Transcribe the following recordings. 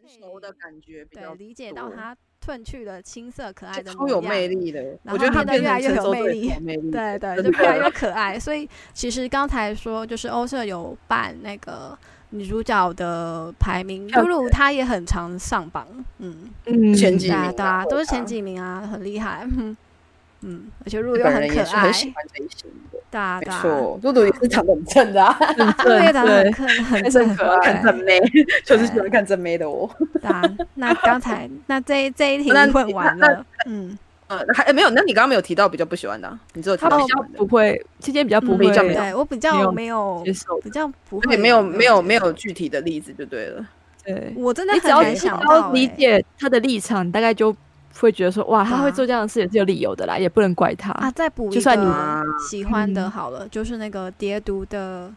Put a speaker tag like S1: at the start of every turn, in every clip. S1: 成熟的感觉比较
S2: 对，
S1: 多，
S2: 理解到他褪去了青涩可爱
S1: 就
S2: 的
S1: 超有
S2: 模样
S1: 魅，力的。
S2: 然
S1: 我觉得
S2: 后
S1: 他变
S2: 变得越来
S1: 成成
S2: 越有
S1: 熟
S2: 魅
S1: 最
S2: 力
S1: 有魅力，
S2: 对对，
S1: 真的
S2: 就越来 越可爱。所以其实刚才说，就是欧社有办那个女主角的排名，
S1: 票
S2: 露露她也很常上榜，嗯，
S3: 嗯
S1: 前几
S2: 对啊
S1: 名
S2: 对啊，
S1: 吧
S2: 都是
S1: 会吧
S2: 前几名啊，很厉害， 嗯嗯，而且露露
S1: 日
S2: 又
S1: 本人
S2: 可
S1: 也是
S2: 爱
S1: 很，喜欢这一型的。
S2: 对啊
S1: 没
S2: 对啊，
S1: 错，露露也是长得很正 的啊，
S3: 嗯
S2: 露 露也长得很
S1: 对
S2: 可很
S1: 还是很
S2: 很
S1: 可爱，很
S2: 对
S1: 正妹，就是喜欢看正妹的我。
S2: 对啊， 那刚才那这一这一题
S1: 那
S2: 问
S1: 你
S2: 完
S1: 那
S2: 了，嗯，
S1: 呃，还哎没有，那你刚刚没有提到比较不喜欢的啊，你只有提到
S3: 比
S1: 喜
S3: 较
S1: 欢的
S3: 不，会，芊芊比较不会
S2: 嗯
S1: 比较没有
S2: 对我比较没
S3: 没
S2: 有
S3: 接受，
S2: 比较不
S1: 而且
S2: 会
S1: 没有没有没
S2: 有
S1: 有具体的例子就对了。
S3: 对
S2: 接受，我真的
S3: 你只
S2: 很
S3: 要
S2: 难
S3: 你只
S2: 想到
S3: 要理
S2: 欸
S3: 解他的立场，你大概就会觉得说，哇，他
S2: 对啊
S3: 会做这样的事也是有理由的啦，也不能怪他。
S2: 啊，再补
S3: 就
S2: 一
S3: 算
S1: 嗯
S3: 你
S2: 个喜欢的
S3: 嗯
S2: 好了，就是那个蝶毒的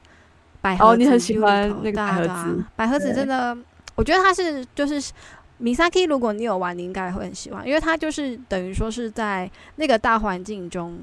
S2: 百合
S3: 哦
S2: 子 Yuriko，
S3: 你很喜欢那个
S2: 对啊
S3: 百合
S2: 对啊
S3: 子
S2: 百合子
S3: 对
S2: 真的，我觉得它是就是。Misaki，如果你有玩，你应该会很喜欢，因为它就是等于说是在那个大环境中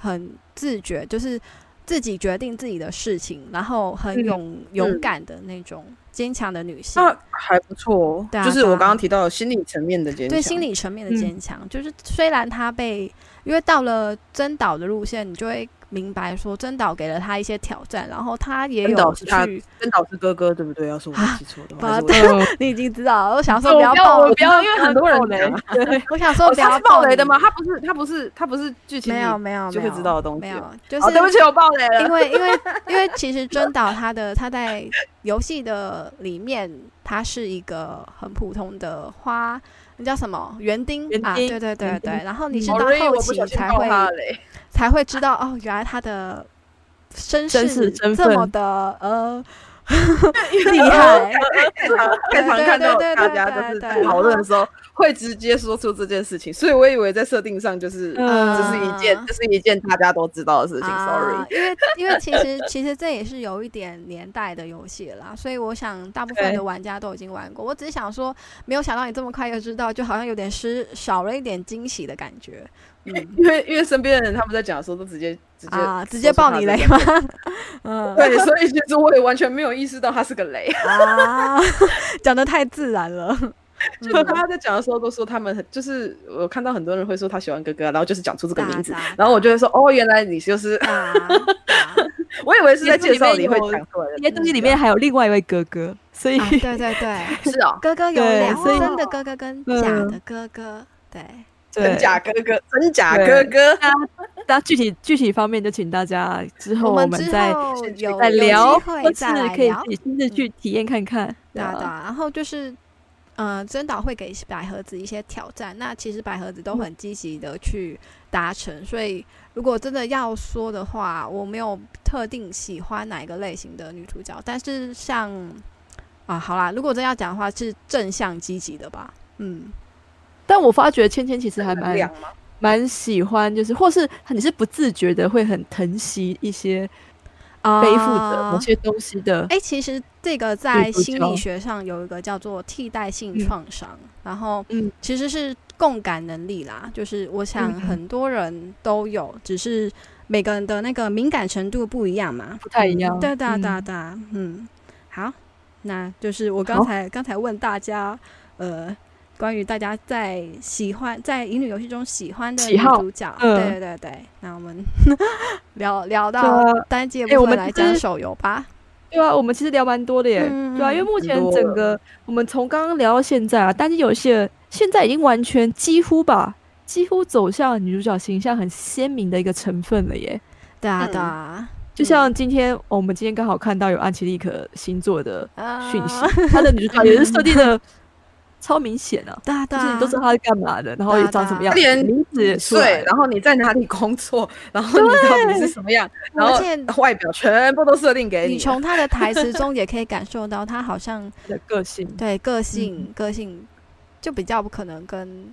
S2: 很自觉，就是自己决定自己的事情，然后很
S1: 嗯
S2: 勇、勇
S1: 嗯
S2: 敢的那种坚强的女性。
S1: 那还不错哦
S2: 对，啊
S1: 就是
S2: 对啊
S1: 我刚刚提到的心理层面的坚强，
S2: 对心理层面
S3: 嗯
S2: 的坚强，就是虽然他被，因为到了真岛的路线，你就会明白说真岛给了他一些挑战，然后他也
S1: 真岛
S2: 有
S1: 是他
S2: 去，
S1: 跟导师哥哥对不对？要是我没记错的话，
S2: 啊
S1: 还是我
S2: 对
S1: 记
S3: 嗯
S2: 你已经知道了。我想说
S3: 我
S2: 不
S3: 不
S2: 要
S3: 要
S2: 爆
S3: 我不要，
S1: 因为很多人讲啊
S3: 对，
S2: 我想说
S1: 哦
S2: 不
S1: 他
S2: 要
S1: 是爆
S2: 你
S1: 雷的吗？？他不是，他不是，他不是剧情里
S2: 没有没有，
S1: 就
S2: 没
S1: 会
S2: 有
S1: 知道的东西
S2: 没有
S1: 了。，
S2: 就是
S1: 哦，对不起，我爆雷了
S2: 因。为因为因为其实真岛他的他在游戏的里面，他是一个很普通的花，那叫什么园丁
S3: 园
S2: 啊？
S3: 丁
S2: 对对对
S3: 园
S2: 对。
S3: 丁
S2: 然后你
S3: 嗯
S2: 是到
S1: Sorry，
S2: 后
S1: 哦我不
S2: 期
S1: 小心
S2: 才
S1: 爆
S2: 会
S1: 他嘞。
S2: 才会知道哦，原来他的身
S3: 身世
S2: 世
S3: 身
S2: 这么
S3: 份
S2: 的呃厉害，
S1: 太 常看到大家就是在讨论的时候会直接说出这件事情，所以我以为在设定上就是
S3: 嗯
S1: 这是一件这是一件大家都知道的事情。Sorry，
S2: 啊、因为因为其实其实这也是有一点年代的游戏了啦，所以我想大部分
S3: 对
S2: 的玩家都已经玩过。我只是想说，没有想到你这么快就知道，就好像有点失少了一点惊喜的感觉。嗯
S1: 因为因为身边的人他们在讲的时候都直接直接
S2: 啊，直接爆你雷
S1: 了。
S2: 吗？ 嗯
S1: 对，所以其实我也完全没有意识到他是个雷。
S2: 啊， 讲的太自然了。 嗯
S1: 就是 大家在讲的时候都说他们很，就是我看到很多人会说他喜欢哥哥，啊然后就是讲出这个名字
S2: 大大，
S1: 然后我就会说哦，原来你就是，
S2: 啊，啊
S1: 我以为是在介绍你会讲出来的名字。啊
S3: 因为东西里面还有另外一位哥哥，所以、
S2: 啊对对对。
S1: 是哦，
S2: 哥哥有
S3: 对
S2: 两
S3: 所以嗯
S2: 真的哥哥跟假的哥哥，对，
S1: 真
S3: 对，
S1: 假哥哥，真假哥哥，
S3: 那具体具体方面就请大家之后
S2: 们之
S3: 再
S2: 后有
S3: 再
S2: 有
S3: 聊，
S2: 机
S3: 或
S2: 会
S3: 是
S2: 再来
S3: 可以
S2: 聊嗯
S3: 自，己亲自去体验看看。
S2: 对啊对
S3: 啊
S2: 啊，然后就是。呃，真岛会给百合子一些挑战，那其实百合子
S3: 嗯
S2: 都很积极的去达成，所以如果真的要说的话，我没有特定喜欢哪一个类型的女主角，但是像啊，好啦，如果真要讲的话，是正向积极的吧，嗯，
S3: 但我发觉芊芊其实还
S1: 很
S3: 蛮
S1: 亮吗？
S3: 蛮喜欢，就是或是你是不自觉的会很疼惜一些
S2: 背
S3: 背负的
S2: 呃
S3: 某些东西 的。
S2: 啊哎、其实这个在
S3: 不
S2: 心
S3: 交
S2: 理学上有一个叫做替代性
S3: 嗯
S2: 创伤，然后
S3: 嗯
S2: 其实是共感能力啦，就是我想
S3: 嗯
S2: 很多人都有，只是每个人的那个敏感程度不一样嘛，
S3: 不太一样
S2: 嗯对对
S3: 嗯
S2: 对对，嗯，好，那就是我
S3: 好
S2: 刚才刚才问大家，呃。关于大家在喜欢在乙女游戏中喜欢的
S3: 喜
S2: 女
S3: 好
S2: 主角，
S3: 嗯
S2: 对对对对，那我们 聊聊
S3: 对
S2: 到
S3: 啊
S2: 单机的
S3: 哎
S2: 部
S3: 我
S2: 分
S3: 们
S2: 来
S3: 就
S2: 讲
S3: 是
S2: 手游吧。
S3: 对啊，我们其实聊蛮多的耶，
S2: 嗯
S3: 对啊，因为目前整
S1: 很多
S3: 个我们从刚刚聊到现在啊，单机游戏的现在已经完全几乎吧，几乎走向女主角形象很鲜明的一个成分了耶。
S2: 对啊，对
S1: 嗯
S2: 啊，
S3: 就像今天、我们今天刚好看到有安琪丽可星座的
S2: 啊
S3: 讯息，她的女主角也是设定的超明显啊，
S2: 对啊对
S3: 就是
S2: 啊
S3: 你都知道他是干嘛的，然后
S2: 对啊
S3: 也长什么样，
S1: 对啊
S3: 名字也出来
S1: 对，
S3: 了，
S1: 然后你在哪里工作，然后你到底是什么样，然
S2: 而
S1: 后
S2: 且
S1: 外表全部都设定给
S2: 你
S1: 你。
S2: 从他的台 词中也可以感受到，他好像
S3: 他的个性，
S2: 对个性、
S3: 嗯
S2: 个性就比较不可能跟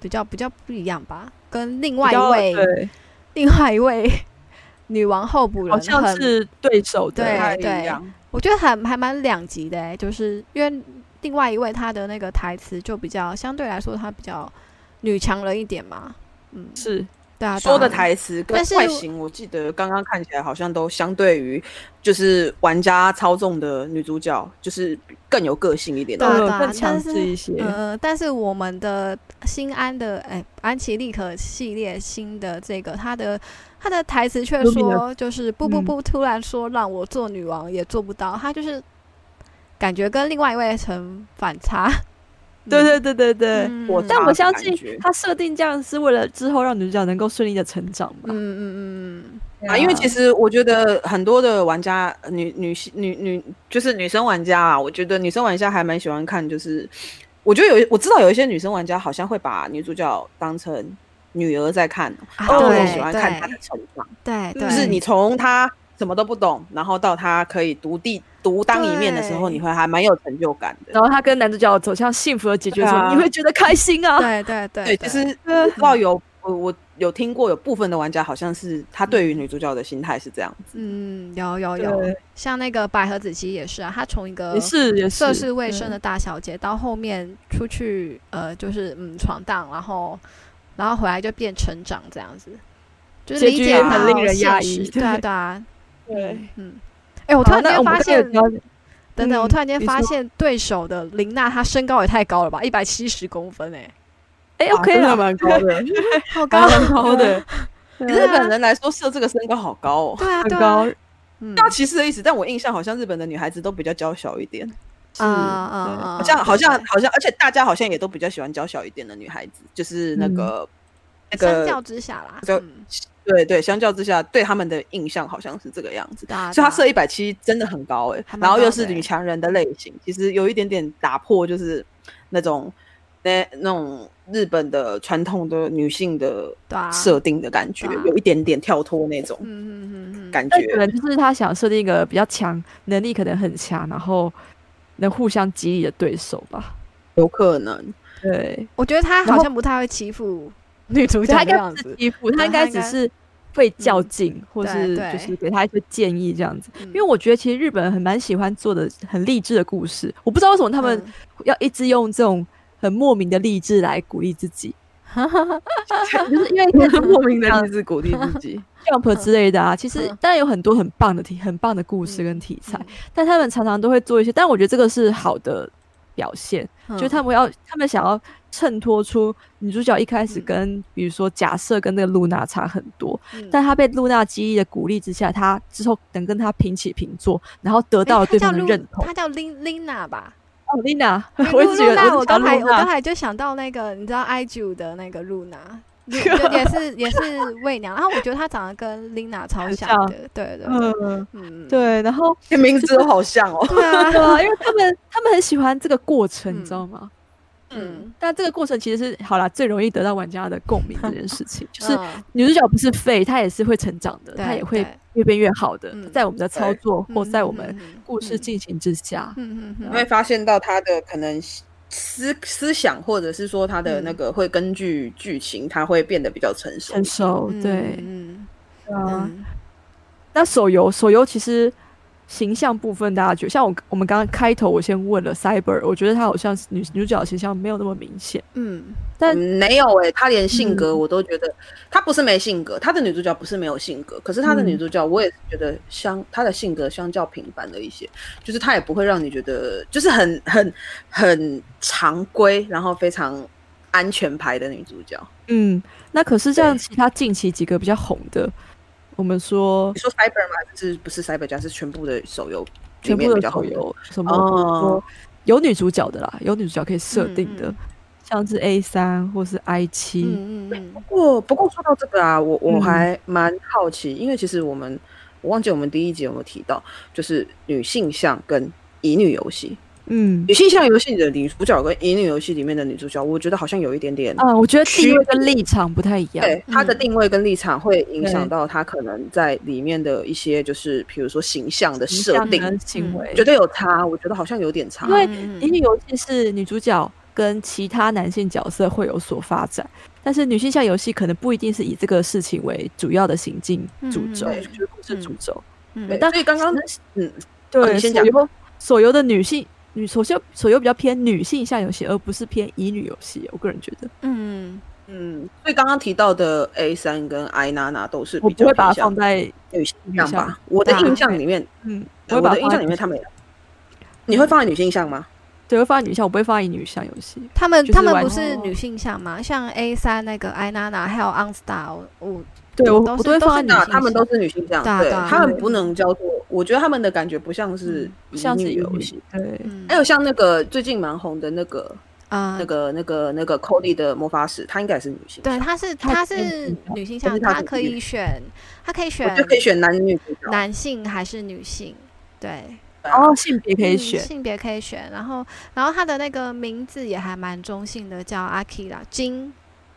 S2: 比较比较不一样吧，跟另外
S3: 比
S2: 一
S3: 较
S2: 位
S3: 对，
S2: 另外一位 女王候补人
S3: 好像
S2: 很
S3: 是对手的
S1: 不
S2: 对
S1: 太一样，
S2: 我觉得还还蛮两极的、欸，就是因为另外一位他的那个台词就比较相对来说他比较女强人一点嘛，嗯，
S3: 是
S2: 对啊，
S1: 说的
S2: 当然
S1: 台词跟
S2: 但是
S1: 外形，我记得刚刚看起来好像都相对于就是玩家操纵的女主角，就是更有个性一点
S2: 对
S1: 的。
S2: 啊
S3: 呃
S2: 对啊
S3: 更强
S2: 但
S3: 势
S2: 是
S3: 一些，
S2: 呃，但是我们的新安的哎、安琪丽可系列新的这个，他的他的台词却
S3: Lumina
S2: 说就是不不不，突然说让我做女王也做不到，他就是感觉跟另外一位成反差。
S3: 对对对对对。
S2: 嗯
S1: 我
S3: 但我
S1: 的
S3: 相
S1: 感
S3: 信
S1: 觉
S3: 他设定这样是为了之后让女主角能够顺利的成长
S2: 嗯
S3: 吧。
S2: 嗯嗯
S1: 啊，因为其实我觉得很多的玩家，呃女女性女女就是女生玩家啊，我觉得女生玩家还蛮喜欢看，就是我觉得有我知道有一些女生玩家好像会把女主角当成女儿在看，
S2: 啊
S1: 哦，我
S3: 对
S1: 喜欢看她的
S2: 对
S1: 成长，
S2: 嗯，对对，
S1: 就是你从她什么都不懂，然后到她可以独立独当一面的时候，
S2: 对
S1: 你会还蛮有成就感的。
S3: 然后他跟男主角走向幸福的解决的时
S1: 对
S3: 候，
S1: 啊
S3: 你会觉得开心啊。
S2: 对对对
S1: 对，其实我知道有我我有听过有部分的玩家好像是他对于女主角的心态是这样子，
S2: 嗯，有有有
S3: 对，啊
S2: 像那个百合子其实也是啊，她从一个
S3: 也是嗯也
S2: 涉
S3: 是，
S2: 世未深的大小姐，到后面出去呃，就是嗯闯荡，然后然后回来就变成长这样子，就是
S3: 结
S2: 理
S3: 局
S2: 解
S1: 也
S2: 到
S1: 很
S3: 令人压
S2: 现
S3: 抑
S2: 实对啊
S3: 对
S2: 对啊，
S3: 对。
S2: 嗯，哎、我突
S3: 好
S2: 然
S3: 那
S2: 间
S3: 我们
S2: 发
S3: 刚才
S2: 现
S3: 有，聊
S2: 等等，我突然间
S3: 你
S2: 发
S3: 说
S2: 现对手的林娜她身高也太高了吧，一百七十公分
S3: 哎
S2: 哎、
S3: ，OK
S1: 啊真的
S3: 了，
S1: 蛮高的。
S2: 好高，
S3: 蛮高啊的，
S1: 以日本人来说设这个身高好高哦，
S2: 啊对啊
S3: 很
S2: 对
S3: 高
S2: 啊，嗯
S1: 要歧视的意思。但我印象好像日本的女孩子都比较娇小一点，
S3: 是
S2: 啊啊啊，
S1: 好像
S2: 啊
S1: 好像
S2: 对
S1: 好像，而且大家好像也都比较喜欢娇小一点的女孩子，就是那个那
S2: 嗯相较
S1: 个
S2: 之下啦，
S1: 就
S2: 嗯
S1: 对对，相较之下对他们的印象好像是这个样子。
S2: 对
S1: 所
S2: 啊
S1: 以她
S2: 对啊
S1: 设一百七真的很高哎、
S2: 还蛮
S1: 然后又
S2: 高的
S1: 是
S2: 欸
S1: 女强人的类型，其实有一点点打破就是那种那那种日本的传统的女性的
S2: 对啊，
S1: 设定的感觉，
S2: 对啊
S1: 有一点点跳脱那种
S2: 嗯嗯嗯嗯，
S1: 感觉
S3: 但。可能就是他想设定一个比较强，能力可能很强，然后能互相激励的对手吧。
S1: 有可能，
S3: 对，
S2: 我觉得他
S3: 然
S2: 好
S3: 后
S2: 像不太会欺负女主角
S3: 他应
S2: 这
S3: 该
S2: 样
S3: 不是
S2: 子，
S3: 欺负，他
S2: 对
S3: 应该
S2: 他应
S3: 只
S2: 该
S3: 是会较劲，或
S2: 对
S3: 是
S2: 对
S3: 就是给他一些建议这样子。
S2: 因
S3: 因为我觉得其实日本人很蛮喜欢做的很励志的故事，我不知道为什么他
S2: 嗯
S3: 们要一直用这种很莫名的励志来鼓励自 己，就是因为看
S1: 莫名的一直鼓励自己。
S3: Jump 之类的啊，其实
S2: 嗯
S3: 当然有很多很棒的题、很棒的故事
S2: 嗯
S3: 跟题材，
S2: 嗯
S3: 但他们常常都会做一些，但我觉得这个是好的表现，
S2: 嗯
S3: 就是他们要他们想要衬托出女主角一开始
S2: 嗯
S3: 跟、比如说假设跟那个露娜差很多，
S2: 嗯
S3: 但她被露娜激励的鼓励之下，她之后能跟她平起平坐，然后得到了对
S2: 诶哎他
S3: 方
S2: 叫
S3: 的
S2: 露
S3: 认同。
S2: 他叫 Lin Lina 吧？
S3: 哦，丽娜，
S2: 诶
S3: 我一直觉
S2: 露
S3: 得
S2: 娜，
S3: 我
S2: 我刚才我刚
S3: 娜，
S2: 才就想到那个，你知道 IGU 的那个露娜。就就也是也是媚娘，然后我觉得她长得跟 Lina 超
S3: 很
S2: 像
S3: 像
S2: 的，对对，对
S3: 嗯，
S2: 嗯，
S3: 对，然后
S1: 这名字都好像哦。
S2: 对啊，
S3: 对啊，因为他们他们很喜欢这个过 程，
S2: 嗯
S3: 你知道吗？
S2: 嗯，
S3: 但这个过程其实是好啦，最容易得到玩家的共鸣这件事情，就是
S2: 嗯
S3: 女主角不是废，她也是会成长的，
S2: 对
S3: 她也会
S2: 对
S3: 越变越好的，
S2: 嗯
S3: 在我们的操作或在我们
S2: 嗯嗯嗯
S3: 故事进行之下，
S2: 嗯嗯嗯
S1: 你
S2: 嗯
S1: 会发现到他的可能思思想，或者是说他的那个会根据剧情，他会变得比较嗯成熟
S3: 成。熟
S2: 嗯，
S3: 对，
S2: 嗯
S3: 啊。
S2: 嗯
S3: 那手游手游其实形象部分，大家觉得像我我们刚刚开头我先问了 Cyber，我觉得她好像是女女主角的形象没有那么明显，
S2: 嗯
S3: 但
S1: 嗯没有诶、他连性格我都觉得、他不是没性格，他的女主角不是没有性格，可是他的
S3: 嗯
S1: 女主角我也是觉得相他的性格相较平凡了一些，就是他也不会让你觉得就是很很很常规，然后非常安全牌的女主角。
S3: 嗯，那可是像
S1: 对
S3: 其他近期几个比较红的，我们说
S1: 你说 Cyber 吗？还是不是 Cyber 家是全部的手游里
S3: 全
S1: 面
S3: 部
S1: 比
S3: 的
S1: 较
S3: 手
S1: 红的？
S3: 游什么，比如
S1: 哦
S3: 说有女主角的啦，有女主角可以设
S2: 嗯
S3: 定的
S2: 嗯，
S3: 像是 A 三或是 I 七，
S2: 嗯嗯嗯，
S1: 不过，不过说到这个啊，我我
S3: 嗯
S1: 还蛮好奇，因为其实我们我忘记我们第一集有没有提到，就是女性向跟乙女游戏。
S3: 嗯
S1: 女性向游戏里的女主角跟乙女游戏里面的女主角，我觉得好像有一点点，
S3: 啊，我觉得
S1: 区
S3: 地位跟立场不太一样。
S1: 对她的
S2: 嗯
S1: 定位跟立场会影响
S3: 对
S1: 到她可能在里面的一些，就是比如说形象的
S3: 形
S1: 设
S3: 象
S1: 定，
S3: 跟行
S2: 嗯
S3: 为，
S1: 绝对有差，我觉得好像有点差
S3: 因。为
S2: 嗯嗯
S3: 乙女游戏是女主角跟其他男性角色会有所发展，但是女性向游戏可能不一定是以这个事情为主要的行进主轴，
S2: 嗯嗯嗯
S3: 就是故事主轴。
S2: 嗯
S1: 对，
S3: 但
S1: 所以刚刚嗯，哦
S3: 对，
S1: 你先
S3: 手
S1: 讲
S3: 游手游的女性女手游手游比较偏女性向游戏，而不是偏乙女游戏。我个人觉得，
S2: 嗯
S1: 嗯，所以刚刚提到的 A 三跟 I 娜娜都是
S3: 我
S1: 比
S3: 不
S1: 较
S3: 会把它
S1: 偏
S3: 放
S1: 向
S3: 在
S1: 女性
S3: 女
S1: 向
S3: 向
S1: 吧？我的
S2: 对
S1: 印象里面，
S3: 嗯，我
S1: 我
S3: 会把
S1: 的
S3: 它
S1: 印
S3: 放在
S1: 象里面他们，你会放在女性向吗？
S3: 对，会放在女向，我不会放在乙女向游戏。
S2: 他们
S3: 就是
S2: 他们
S3: 玩
S2: 不是
S1: 哦
S2: 女性向吗？像 A 三那个艾娜娜，还有 OnStar，我我
S3: 对我
S2: 都
S3: 我
S2: 是
S3: 都会
S2: 都
S3: 放在
S2: 是
S3: 女
S1: 那
S3: 性
S2: 男
S1: 他们
S2: 向
S1: 都是女性向，
S2: 对啊
S1: 对
S2: 对啊
S1: 他们
S2: 对
S1: 不能叫做，我觉得他们的感觉不像是
S2: 嗯
S3: 不像
S1: 乙
S3: 是
S1: 女
S3: 乙
S1: 游
S3: 女
S1: 戏。，
S3: 对，
S2: 嗯
S1: 还有像那个最近蛮红的那个、
S2: 啊、
S1: 那个、那个、那个 Cody 的魔法使，她应该也是女性向。
S2: 对，她是
S3: 她
S2: 她
S3: 是女
S2: 是
S3: 性向
S2: 女性
S1: 但是
S2: 向，
S1: 她
S2: 她
S1: 是
S2: 可
S1: 女
S2: 以选，她可以
S1: 我
S2: 选
S1: 觉得可以选男哦女主角。
S2: 男性还是女性，对，
S1: 对啊
S3: 然后哦性别可以
S2: 嗯
S3: 选，
S2: 性别可以选，然后然后她的那个名字也还蛮中性的，叫阿 k i 啦，金，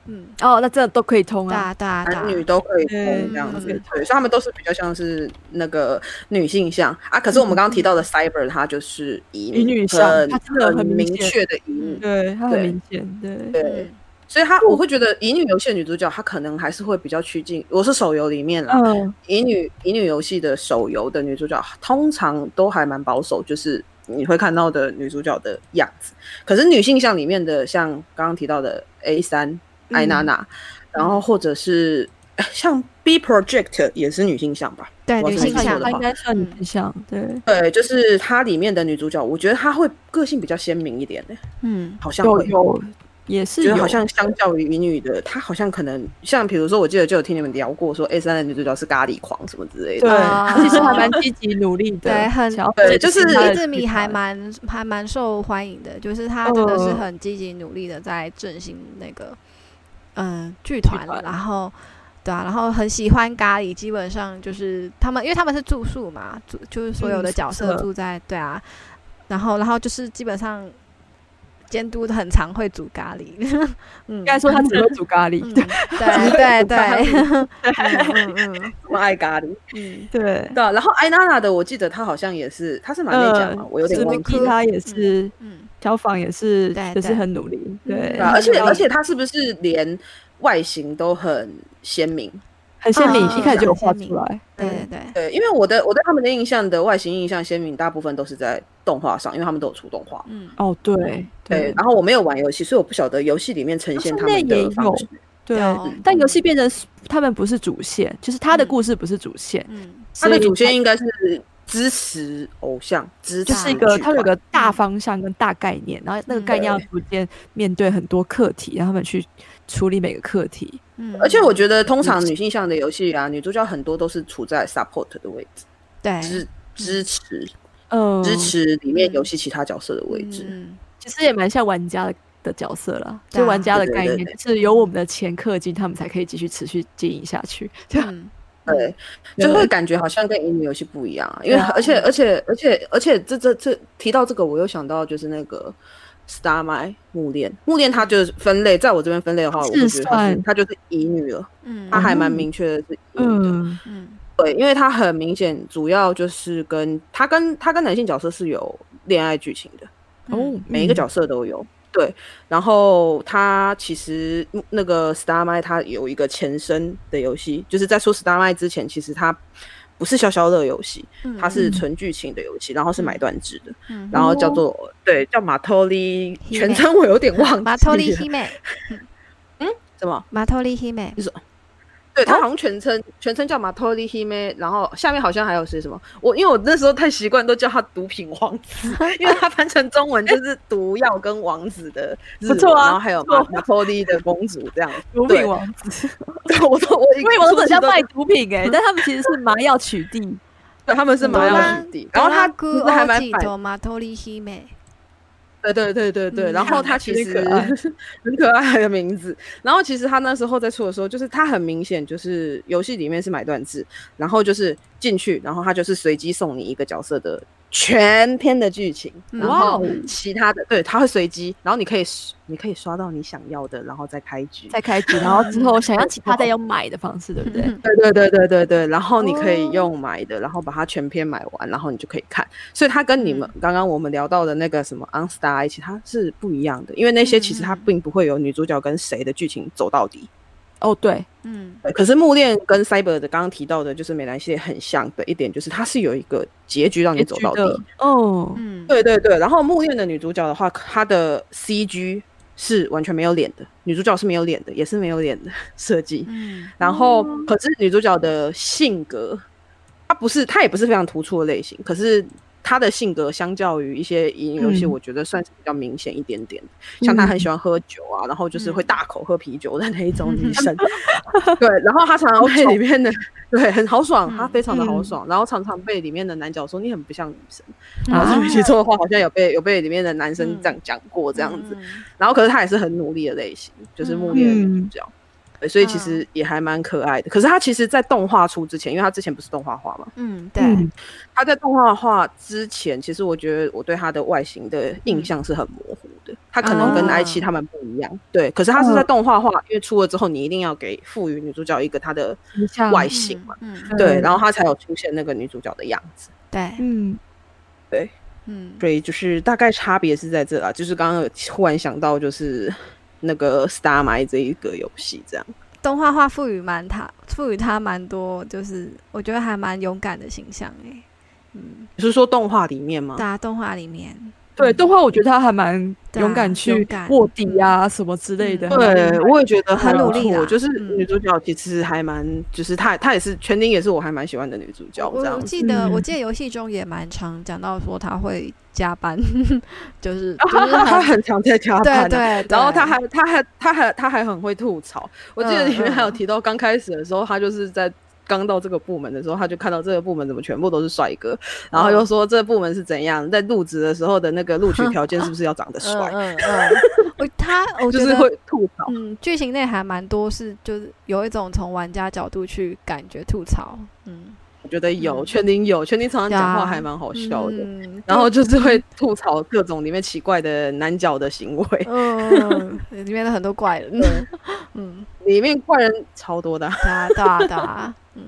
S2: 嗯，
S3: 哦，那真的都可以通
S2: 对
S3: 啊。
S2: 啊对啊对
S1: 男
S2: 啊，
S1: 女都可以
S3: 对
S1: 这样子，
S3: 嗯
S1: 对，所以他们都是比较像是那个女性向啊。可是我们刚
S3: 嗯
S1: 刚提到的 Cyber，它就是乙
S3: 乙女向
S1: 很
S3: 它真的很明
S1: 明
S3: 显嗯
S1: 确的乙女，
S3: 对，它很
S1: 对
S3: 明显，对，
S1: 对。
S2: 嗯
S1: 所以她，我会觉得乙女游戏的女主角，她可能还是会比较趋近。我是手游里面啦，
S3: 嗯，
S1: 乙女乙女游戏的手游的女主角通常都还蛮保守，就是你会看到的女主角的样子。可是女性向里面的，像刚刚提到的 A 三
S3: 嗯
S1: 艾娜娜，然后或者是哎像 B Project 也是女性向吧？
S2: 对
S3: 哦
S1: 我
S2: 女
S1: 是
S2: 性
S1: 没
S2: 向
S1: 错的
S3: 它
S1: 话
S3: 应该
S2: 嗯
S3: 算女向，对，
S1: 对，就是它里面的女主角，我觉得她会个性比较鲜明一点、欸，
S2: 嗯
S1: 好像
S3: 有
S1: 会。
S3: 有也是
S1: 觉
S3: 有，
S1: 得好像相较于乙女的，她好像可能像比如说，我记得就有听你们聊过，说 A 三的女主角是咖喱狂什么之类的
S3: 对，。
S2: 啊
S3: 其实还蛮积极努力的，
S2: 对很
S3: 想要
S1: 对
S3: 展
S1: 就是
S3: 现她的
S2: 叶子米
S3: 剧
S2: 还
S3: 团
S2: 蛮还蛮受欢迎的，就是他真的是
S3: 呃
S2: 很积极努力的在振兴那个嗯、呃剧团，
S3: 团
S2: 然后对啊，然后很喜欢咖喱，基本上就是他们，因为他们是住宿嘛，住就是所有
S3: 嗯
S2: 的
S3: 宿
S2: 角色
S3: 舍
S2: 住在、对啊，然后然后就是基本上监督很常会煮咖喱，嗯
S3: 应，该说他只会煮咖喱，
S2: 嗯
S3: 对
S2: 对对对，嗯嗯嗯
S1: 我爱咖喱。
S2: 嗯，
S3: 对，
S1: 对啊，然后艾娜娜的，我记得她好像也是，她是马内甲
S3: 嗯
S1: 嘛，我有点
S3: 史密
S1: 忘记
S3: 斯
S1: 了。
S3: 他也是，
S2: 嗯
S3: 小访也是
S2: 对，
S3: 就是
S2: 对
S3: 很努力，对
S2: 对
S1: 对啊，而且
S2: 嗯
S1: 而且她是不是连外形都很鲜明？
S3: 很鲜明
S2: 嗯，
S3: 一开始就有
S2: 很
S3: 画
S2: 鲜明
S3: 出来，
S2: 对对对，
S1: 对，因为我的我对他们的印象的外形印象鲜明，大部分都是在动画上，因为他们都有出动画。
S2: 嗯
S3: 哦，对
S1: 对，然后我没有玩游戏，所以我不晓得游戏里面呈现他们的方式。嗯
S3: 对，
S2: 有
S3: 但游戏变成是他们不是主线，就是他的
S2: 嗯
S3: 故事不是主线，
S2: 嗯
S1: 他
S3: 所
S1: 的
S3: 以
S1: 主线应该是支持偶像，支持
S3: 就是一个，
S1: 剧
S3: 它有
S1: 团
S3: 个大方向跟大概念，然后那个概念要
S1: 嗯对
S3: 逐渐面对很多课题，让他们去处理每个课题。
S2: 嗯，
S1: 而且我觉得，通
S3: 嗯
S1: 常女性向的游戏啊，女主角很多都是处在 support 的位置，
S2: 对
S1: 支支持
S3: 嗯，
S1: 支持里面游戏其他角色的位置。
S2: 嗯
S3: 其实也蛮像玩家的的角色啦，
S2: 对
S3: 就
S2: 啊
S3: 玩家的概
S1: 对对
S3: 念
S1: 对
S3: 就是有我们的前氪金，他们才可以继续持续经营下去。对啊
S2: 嗯
S1: 对，就会感觉好像跟乙女游戏不一样啊，因为
S3: 对啊
S1: 而且而且而且而且这这这提到这个，我又想到就是那个 Star My 木恋，木恋它就是分类，在我这边分类的话，我会觉得它
S3: 是
S1: 是
S3: 算
S1: 它就是乙女了，
S2: 嗯，
S1: 它还蛮明确的是乙女的。
S3: 嗯，
S2: 嗯
S1: 对，因为它很明显，主要就是跟它跟它跟男性角色是有恋爱剧情的，
S3: 哦，
S1: 每一个
S3: 嗯
S1: 角色都有。对，然后它其实嗯那个 Star m i 它有一个前身的游戏，就是在说 Star m i 之前，其实它不是消消乐游戏，
S2: 嗯
S1: 它是纯剧情的游戏，然后是买断制的，然后叫
S2: 哦
S1: 做、对叫马托利，
S2: Hime
S1: 全称我有点忘记了
S2: 马托利希美，
S1: 什么？
S2: 马托利希美，
S1: 对，它好像全称全称叫马托利 Hime，然后下面好像还有是什么？我因为我那时候太习惯都叫它毒品王子， 因为它翻成中文就是毒药跟王子的日文，
S3: 不错啊
S1: 然后还有
S3: 不错
S1: 马马托利的公主这样。
S3: 毒
S1: 对
S3: 品王子，
S1: 对， 我都我
S3: 因为王子
S1: 很
S3: 像卖毒品 哎，但他们其实是麻药取缔。
S1: 对，他们是麻药取缔，然后他其实还蛮反，
S2: 马托利希美，
S1: 对对对对对，
S2: 嗯
S1: 然后他其实
S3: 有点可爱
S1: 很可爱的名字，然后其实他那时候在出的时候，就是他很明显就是游戏里面是买断制，然后就是进去，然后他就是随机送你一个角色的全篇的剧情，然
S3: 哇
S1: 后
S3: 哦
S1: 其他的对它会随机，然后你可以你可以刷到你想要的，然后再开局。
S3: 再开局，然后之后
S1: 嗯
S3: 想要其他再用买的方式，对不对？
S1: 对对对对对对，然后你可以
S3: 哦
S1: 用买的，然后把它全篇买完，然后你就可以看。所以它跟你们刚刚我们聊到的那个什么 OnStar 一起，它是不一样的，因为那些其实它
S2: 嗯嗯
S1: 并不会有女主角跟谁的剧情走到底。
S3: 哦，对，
S2: 嗯
S1: 对可是木恋跟 Cyber 的刚刚提到的，就是美男系列很像的一点，就是它是有一个结局让你走到底。，
S3: 哦，
S2: 嗯，
S1: 对对对，然后木恋的女主角的话，她的 CG 是完全没有脸的，女主角是没有脸的，也是没有脸的设计。
S2: 嗯
S1: 然后
S3: 哦，
S1: 可是女主角的性格，她不是，她也不是非常突出的类型，可是她的性格相较于一些乙女游戏，
S3: 嗯
S1: 我觉得算是比较明显一点点。像她很喜欢喝酒啊，然后就是会
S2: 嗯
S1: 大口喝啤酒的那一种女生。 对，然后她常常被里面的对很豪爽，她
S2: 嗯
S1: 非常的豪
S3: 嗯
S1: 爽，然后常常被里面的男角说你很不像女生，
S2: 嗯
S1: 然后
S3: 啊
S1: 这边写错的话好像有被有被里面的男生这样讲过这样
S2: 嗯
S1: 子。，然后可是他也是很努力的类型，就是木烈的
S3: 嗯
S1: 女主角，对所以其实也还蛮可爱的。可是他其实，在动画出之前，因为他之前不是动画化嘛，
S2: 嗯，对，
S3: 嗯
S1: 他在动画化之前，其实我觉得我对他的外形的印象是很模糊的。他可能跟
S2: 哦
S1: I 七他们不一样，对。可是他是在动画化，因为出了之后，你一定要给赋予女主角一个她的
S3: 形象
S1: 外形嘛，
S2: 嗯，
S1: 对，
S3: 嗯
S1: 然后他才有出现那个女主角的样子。
S2: 对，
S3: 嗯，
S2: 嗯，
S1: 所以就是大概差别是在这啦，就是刚刚有忽然想到就是那个 Star 买这一个游戏这样。
S2: 动画化赋予蛮他赋予他蛮多，就是我觉得还蛮勇敢的形象哎，嗯，
S1: 你是说动画里面吗？
S2: 大家动画里面，
S3: 对，动画我觉得他还蛮
S2: 对啊
S3: 勇敢
S2: 勇
S3: 去
S2: 敢
S3: 卧底啊什么之类的，
S2: 嗯
S1: 对，我也觉得
S2: 很
S1: 不
S2: 努力
S1: 错
S2: 啦
S1: 就是
S2: 嗯
S1: 女主角其实还蛮，就是她她也是全丁也是我还蛮喜欢的女主角
S2: 我
S1: 这
S2: 我
S1: 样子。
S2: 记得，我
S3: 嗯
S2: 记得游戏中也蛮常讲到说他会加班， 就是就是很
S1: 很常在加班、
S2: 对
S1: 啊，
S2: 对，
S1: 然后
S2: 对
S1: 她还她还她还她还很会吐槽。我记得里面
S2: 嗯
S1: 还有提到，刚开始的时候，她就是在。刚到这个部门的时候，她就看到这个部门怎么全部都是帅哥，然后
S2: 嗯
S1: 又说这部门是怎样，在入职的时候的那个录取条件是不是要长得帅，
S2: 嗯嗯嗯，我他我
S1: 就
S2: 觉
S1: 是
S2: 得
S1: 会吐槽。
S2: 嗯，剧情内还蛮多是就是有一种从玩家角度去感觉吐槽，嗯，
S1: 我觉得有，
S2: 嗯
S1: 全丁有，全丁常常讲
S2: 对
S1: 话
S2: 啊
S1: 还蛮好笑的。
S2: 嗯
S1: 然后就是会吐槽各种里面奇怪的男角的行为，
S2: 嗯， 里面的很多怪人，嗯，
S1: 里面怪人超多的啊。
S2: 对啊对啊对啊，嗯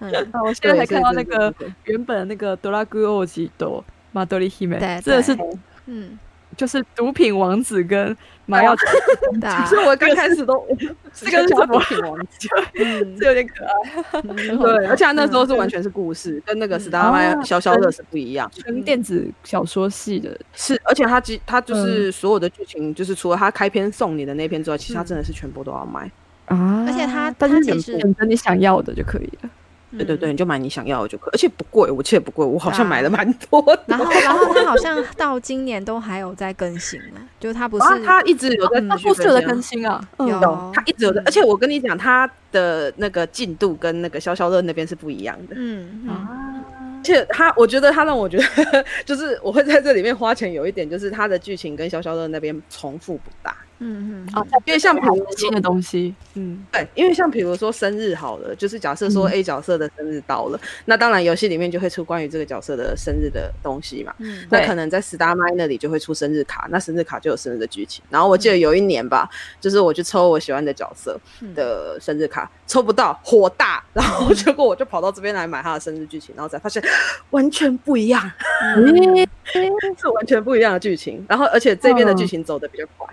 S2: 嗯，
S3: 我现在才
S1: 对
S3: 看到那个，
S1: 所以
S3: 原本的那个德拉古欧吉多马德里希梅，
S2: 对
S3: 真的是
S1: 对
S2: 嗯，
S3: 就是毒品王子跟麻药，
S2: 对
S1: 这
S2: 啊
S1: 个是，所以我刚开始都
S3: 这个是
S1: 叫
S3: 什么
S1: 毒品王子，
S2: 嗯
S3: 这，有点可爱，
S1: 对，而且他那时候
S2: 嗯
S1: 是完全是故事，跟那个
S2: 嗯
S1: Star 麦
S3: 哦
S1: 消消乐是不一样。
S3: 纯电子小说系的，
S1: 是，而且他其他就是所有的剧情，就是除了他开篇送你的那篇之外，其他真的是全部都要买。
S3: 啊
S2: 而且它
S3: 但是
S2: 它
S3: 你
S2: 其实
S3: 选择你想要的就可以了。
S1: 对对
S2: 嗯
S1: 对，你就买你想要的就可以，而且不贵，我记得不贵，我好像
S2: 啊
S1: 买了蛮多的。
S2: 然后，然后他好像到今年都还有在更新了，就是他不是
S1: 啊，他一直有在
S2: 嗯
S1: 持续
S3: 故事有在
S1: 更新啊
S3: 更新啊，
S2: 有
S1: 懂，他一直有在
S2: 嗯，
S1: 而且我跟你讲，他的那个进度跟那个消消乐那边是不一样的。
S2: 嗯嗯
S3: 啊，
S1: 而且他，我觉得他让我觉得，就是我会在这里面花钱，有一点就是他的剧情跟消消乐那边重复不大，
S2: 嗯嗯
S3: 啊
S1: 因为像比如
S3: 新的东西，嗯，
S1: 对，因为像比如说生日好了，就是假设说
S3: 嗯
S1: A 角色的生日到了，那当然游戏里面就会出关于这个角色的生日的东西嘛。
S2: 嗯
S1: 那
S3: 对
S1: 可能在 Star m i 那里就会出生日卡，那生日卡就有生日的剧情。然后我记
S3: 嗯
S1: 得有一年吧，就是我去抽我喜欢的角色
S2: 嗯
S1: 的生日卡，抽不到，火大，然后结果我就跑到这边来买他的生日剧情，然后才发现完全不一样，
S2: 嗯
S3: 诶
S1: 是完全不一样的剧情。然后而且这边的
S3: 嗯
S1: 剧情走的比较快。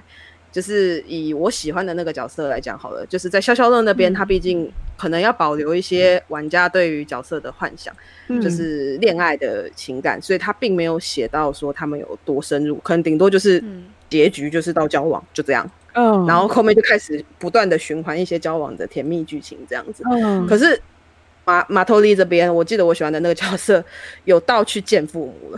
S1: 就是以我喜欢的那个角色来讲好了，就是在消消乐那边，
S2: 嗯
S1: 他毕竟可能要保留一些玩家对于角色的幻想。就
S3: 嗯
S1: 是恋爱的情感，所以他并没有写到说他们有多深入，可能顶多就是
S2: 嗯
S1: 结局就是到交往就这样，
S3: 嗯，
S1: 然后后面就开始不断的循环一些交往的甜蜜剧情这样子。
S3: 嗯，
S1: 可是马马托利这边，我记得我喜欢的那个角色有到去见父母了，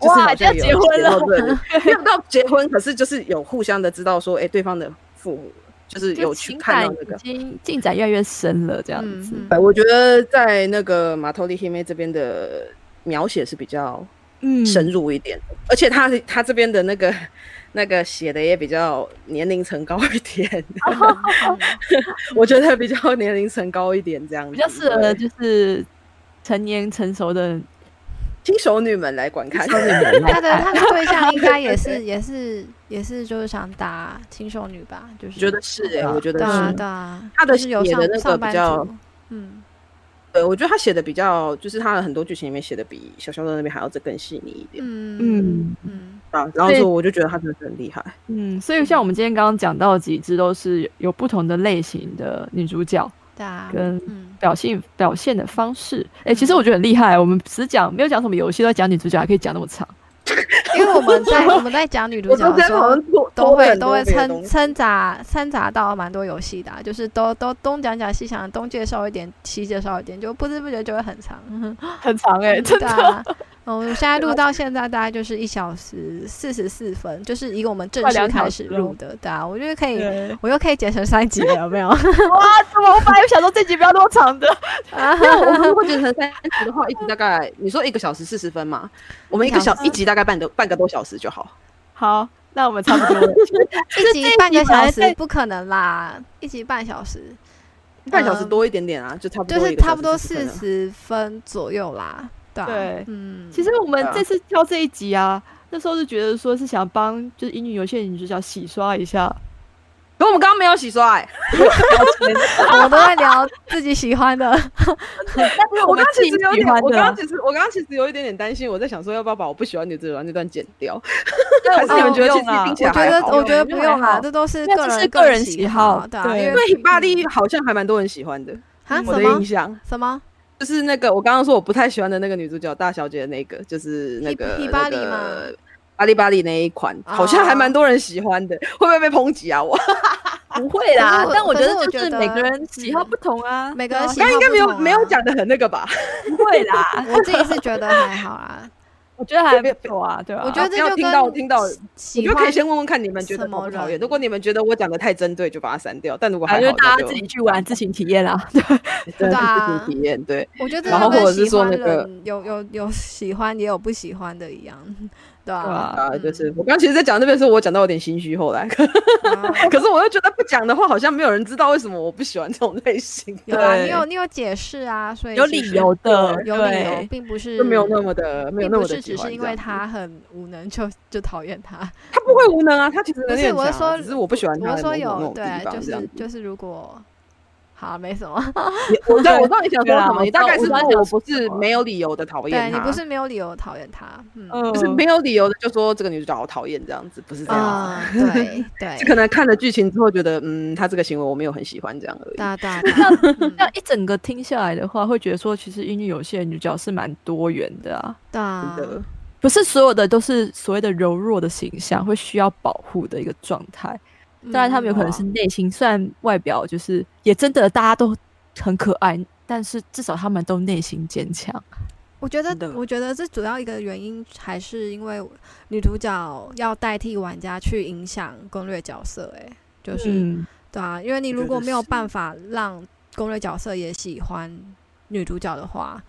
S1: 就是
S3: 哇
S1: 好像
S3: 就
S1: 有
S3: 结婚了
S1: 写到这里，没有到结婚，可是就是有互相的知道说，哎、对方的父母了就是
S3: 就
S1: 有去
S3: 情
S1: 看
S3: 感
S1: 到那个
S3: 已。经进展越来越深了，这样
S2: 嗯
S3: 子，
S1: 哎，我觉得在那个马托利黑妹这边的描写是比较
S3: 嗯
S1: 深入一点，而且他他这边的那个那个写的也比较年龄层高一点，
S2: 哦
S1: 我觉得比较年龄层高一点这样子，
S3: 比较适合
S1: 对
S3: 就是成年成熟的
S1: 新手女们来观看，
S2: 他的他的对象 应该也是也是也是就是想打轻熟女吧，就是
S1: 我 觉得是哎、
S3: 对啊
S1: 我觉得
S2: 对啊
S1: 是。
S2: 对啊，
S1: 他的
S2: 就是有
S1: 写
S2: 上
S1: 的那个
S2: 上
S1: 比
S2: 班
S1: 较
S2: 族，嗯，
S1: 对，啊我觉得他写的比较，就是他的很多剧情里面写的比小肖的那边还要再更细腻一点
S2: 嗯嗯
S1: 啊。然后
S3: 对
S1: 就我就觉得他真的是很厉害。
S3: 嗯，所以像我们今天刚刚讲到几只都是有不同的类型的女主角
S2: 对啊，
S3: 跟
S2: 嗯
S3: 表现表现的方式。哎、其实我觉得很厉害，我们只讲没有讲什么游戏，都在讲女主角，还可以讲那么长。
S2: 因为我们在我们在讲女主
S1: 我
S2: 角
S1: 都
S2: 的
S1: 在
S2: 时
S1: 好
S2: 候
S1: 像。多
S2: 都
S1: 多
S2: 会
S1: 很
S2: 都
S1: 多
S2: 会
S1: 别的
S2: 掺
S1: 东 西
S2: 掺杂掺杂到蛮多游戏的啊、就是都都东讲讲西讲，东介绍一点，西介绍一点，就不知不觉就会很长。
S3: 很长哎、真
S2: 对
S3: 的。
S2: 啊，嗯，我们现在录到现在大概就是一小时四十四分，就是以我们正
S3: 快
S2: 式
S3: 两
S2: 开
S3: 小
S2: 始
S3: 时了
S2: 录的，对啊，我觉得可以，
S1: 对
S2: 我又可以节省三集了，有没有？
S3: 哇，怎么我本来有想说这集不要那么长的，
S2: 啊
S1: 因为我们如果剪成三集的话，一集大概你说一个小时四十分嘛，我们一个小
S2: 一小时
S1: 一集大概半个半个多小时就好。
S3: 好，那我们差不多了。
S2: 一集半个
S3: 本
S2: 小
S3: 来
S2: 时
S3: 在
S2: 不可能啦，一集半小时
S1: 半小时
S2: 嗯
S1: 多一点点啊，就差不多
S2: 就是
S1: 一个小
S2: 差不多
S1: 时40分
S2: 四
S1: 啊
S2: 十分左右啦，对啊
S3: 对
S2: 嗯，
S3: 其实我们
S1: 对啊
S3: 这次挑这一集啊，那时候是觉得说是想帮就是英语游戏的女主角洗刷一下，
S1: 可我们刚刚没有洗刷哎、
S2: 我们都在聊自己喜欢的，
S3: 但是
S1: 我
S3: 们
S1: 刚刚
S3: 自己
S1: 其实有
S3: 喜
S1: 点，
S3: 欢
S1: 我刚
S3: 的
S1: 刚，其实我刚刚其实有一点点担心，我在想说要不要把我不喜欢女主角那段剪掉，
S3: 对
S1: 还是你们
S3: 我
S1: 觉得
S3: 不用
S1: 其实
S3: 啦
S1: 听起
S2: 我
S1: 来
S2: 觉
S1: 还
S2: 得
S1: 好？
S2: 我觉得
S3: 我觉
S2: 不
S3: 得
S2: 用啦，
S3: 还好
S2: 这都是
S3: 因为
S2: 个
S3: 这
S2: 人
S3: 是个人喜
S2: 喜
S3: 好
S2: 对啊，
S3: 对
S2: 因
S1: 因为
S2: 为
S1: h i b a d i 好像还蛮多人喜欢的，
S2: 啊
S1: 我
S2: 什
S1: 的
S2: 么
S1: 印象
S2: 什么
S1: 就是那个我刚刚说我不太喜欢的那个女主角大小姐的那个，就是那个
S2: Hib-
S1: 那
S2: Hibari 吗
S1: 个巴黎巴黎那一款，
S2: 哦
S1: 好像还蛮多人喜欢的，会不会被抨击啊？我
S3: 不会啦
S2: 可是我。
S3: 但我觉
S2: 可是我
S3: 得就
S2: 觉
S3: 是
S2: 得
S3: 每个人喜好不同 啊，
S2: 每个人喜
S1: 刚刚
S2: 好
S1: 应该没有、
S2: 不同啊
S1: 没有讲的很那个吧？
S3: 不会啦。
S2: 我自己是觉得还好啊啦，
S3: 我觉得还不错啊，对吧？
S2: 我觉得这
S1: 要
S2: 就
S1: 听到
S2: 跟
S1: 听到，我
S2: 喜
S1: 觉得可以
S2: 欢
S1: 先问问看你们觉得
S2: 什么
S1: 讨不讨
S2: 人
S1: 厌。如果你们觉得我讲的太针对，就把它删掉；但如果还
S3: 反
S1: 好，
S3: 正大
S1: 那
S3: 家
S1: 就
S3: 自己去玩，自行体验啦。对，
S1: 对
S2: 对 啊
S1: 自己体验对。
S2: 我觉得
S1: 然后
S2: 跟
S1: 或者是
S2: 喜
S1: 说
S2: 欢
S1: 那个
S2: 人有有有喜欢也有不喜欢的一样，对
S3: 对
S2: 啊
S3: 啊，
S1: 啊，就
S2: 嗯
S1: 是我刚刚其实，在讲这边的时候，我讲到有点心虚，后来，可
S2: 啊
S1: 可是我又觉得不讲的话，好像没有人知道为什么我不喜欢这种类型，
S2: 有啊，
S3: 对
S2: 你有你有解释啊，所以
S3: 有
S2: 其
S3: 理
S2: 实
S3: 由的，
S2: 有理由，
S3: 对。
S2: 并不是
S1: 就没有那么的，没有
S2: 并
S1: 那
S2: 不
S1: 么的
S2: 是
S1: 喜
S2: 只
S1: 欢
S2: 是
S1: 这
S2: 因
S1: 样
S2: 为他很无能就就讨厌他。
S1: 他不会无能啊，他其实能力
S2: 不是
S1: 很
S2: 我是
S1: 强啊
S2: 说
S1: 只是我不喜欢他
S2: 我
S1: 的
S2: 说
S1: 某种
S2: 有
S1: 那种地
S2: 对，
S1: 方
S2: 就
S1: 这样
S2: 是
S1: 子
S2: 就是如果好没什么，
S1: 也我 知道，我知道你想
S3: 对
S1: 说
S3: 啊
S1: 什么，你
S3: 我知道
S1: 大概是
S3: 我知道
S1: 说
S3: 你
S1: 我
S3: 想
S1: 不
S3: 说
S1: 是
S3: 什么
S1: 没有理由的讨
S2: 对
S1: 厌
S2: 你
S1: 他，
S2: 不是没有理由讨厌他，嗯
S3: 嗯，
S1: 就是没有理由的就说这个女主角好讨厌这样子，不是这样子。
S2: 啊， 对对
S1: 是，可能看了剧情之后觉得，嗯，他这个行为我没有很喜欢这样而已。
S2: 大大嗯
S3: 那一整个听下来的话，会觉得说，其实英语有些女主角是蛮多元的啊，
S2: 大
S1: 真的，
S3: 不是所有的都是所谓的柔弱的形象，会需要保护的一个状态。当然，她们有可能是内心，虽然外表就是也真的大家都很可爱，但是至少她们都内心坚强。
S2: 我觉
S1: 真
S2: 得，
S1: 的
S2: 我觉得这主要一个原因还是因为女主角要代替玩家去影响攻略角色、欸，就是、
S3: 嗯，
S2: 对啊，因为你
S1: 我
S2: 如
S1: 觉
S2: 果
S1: 得
S2: 没有
S1: 是
S2: 办法让攻略角色也喜欢女主角的话，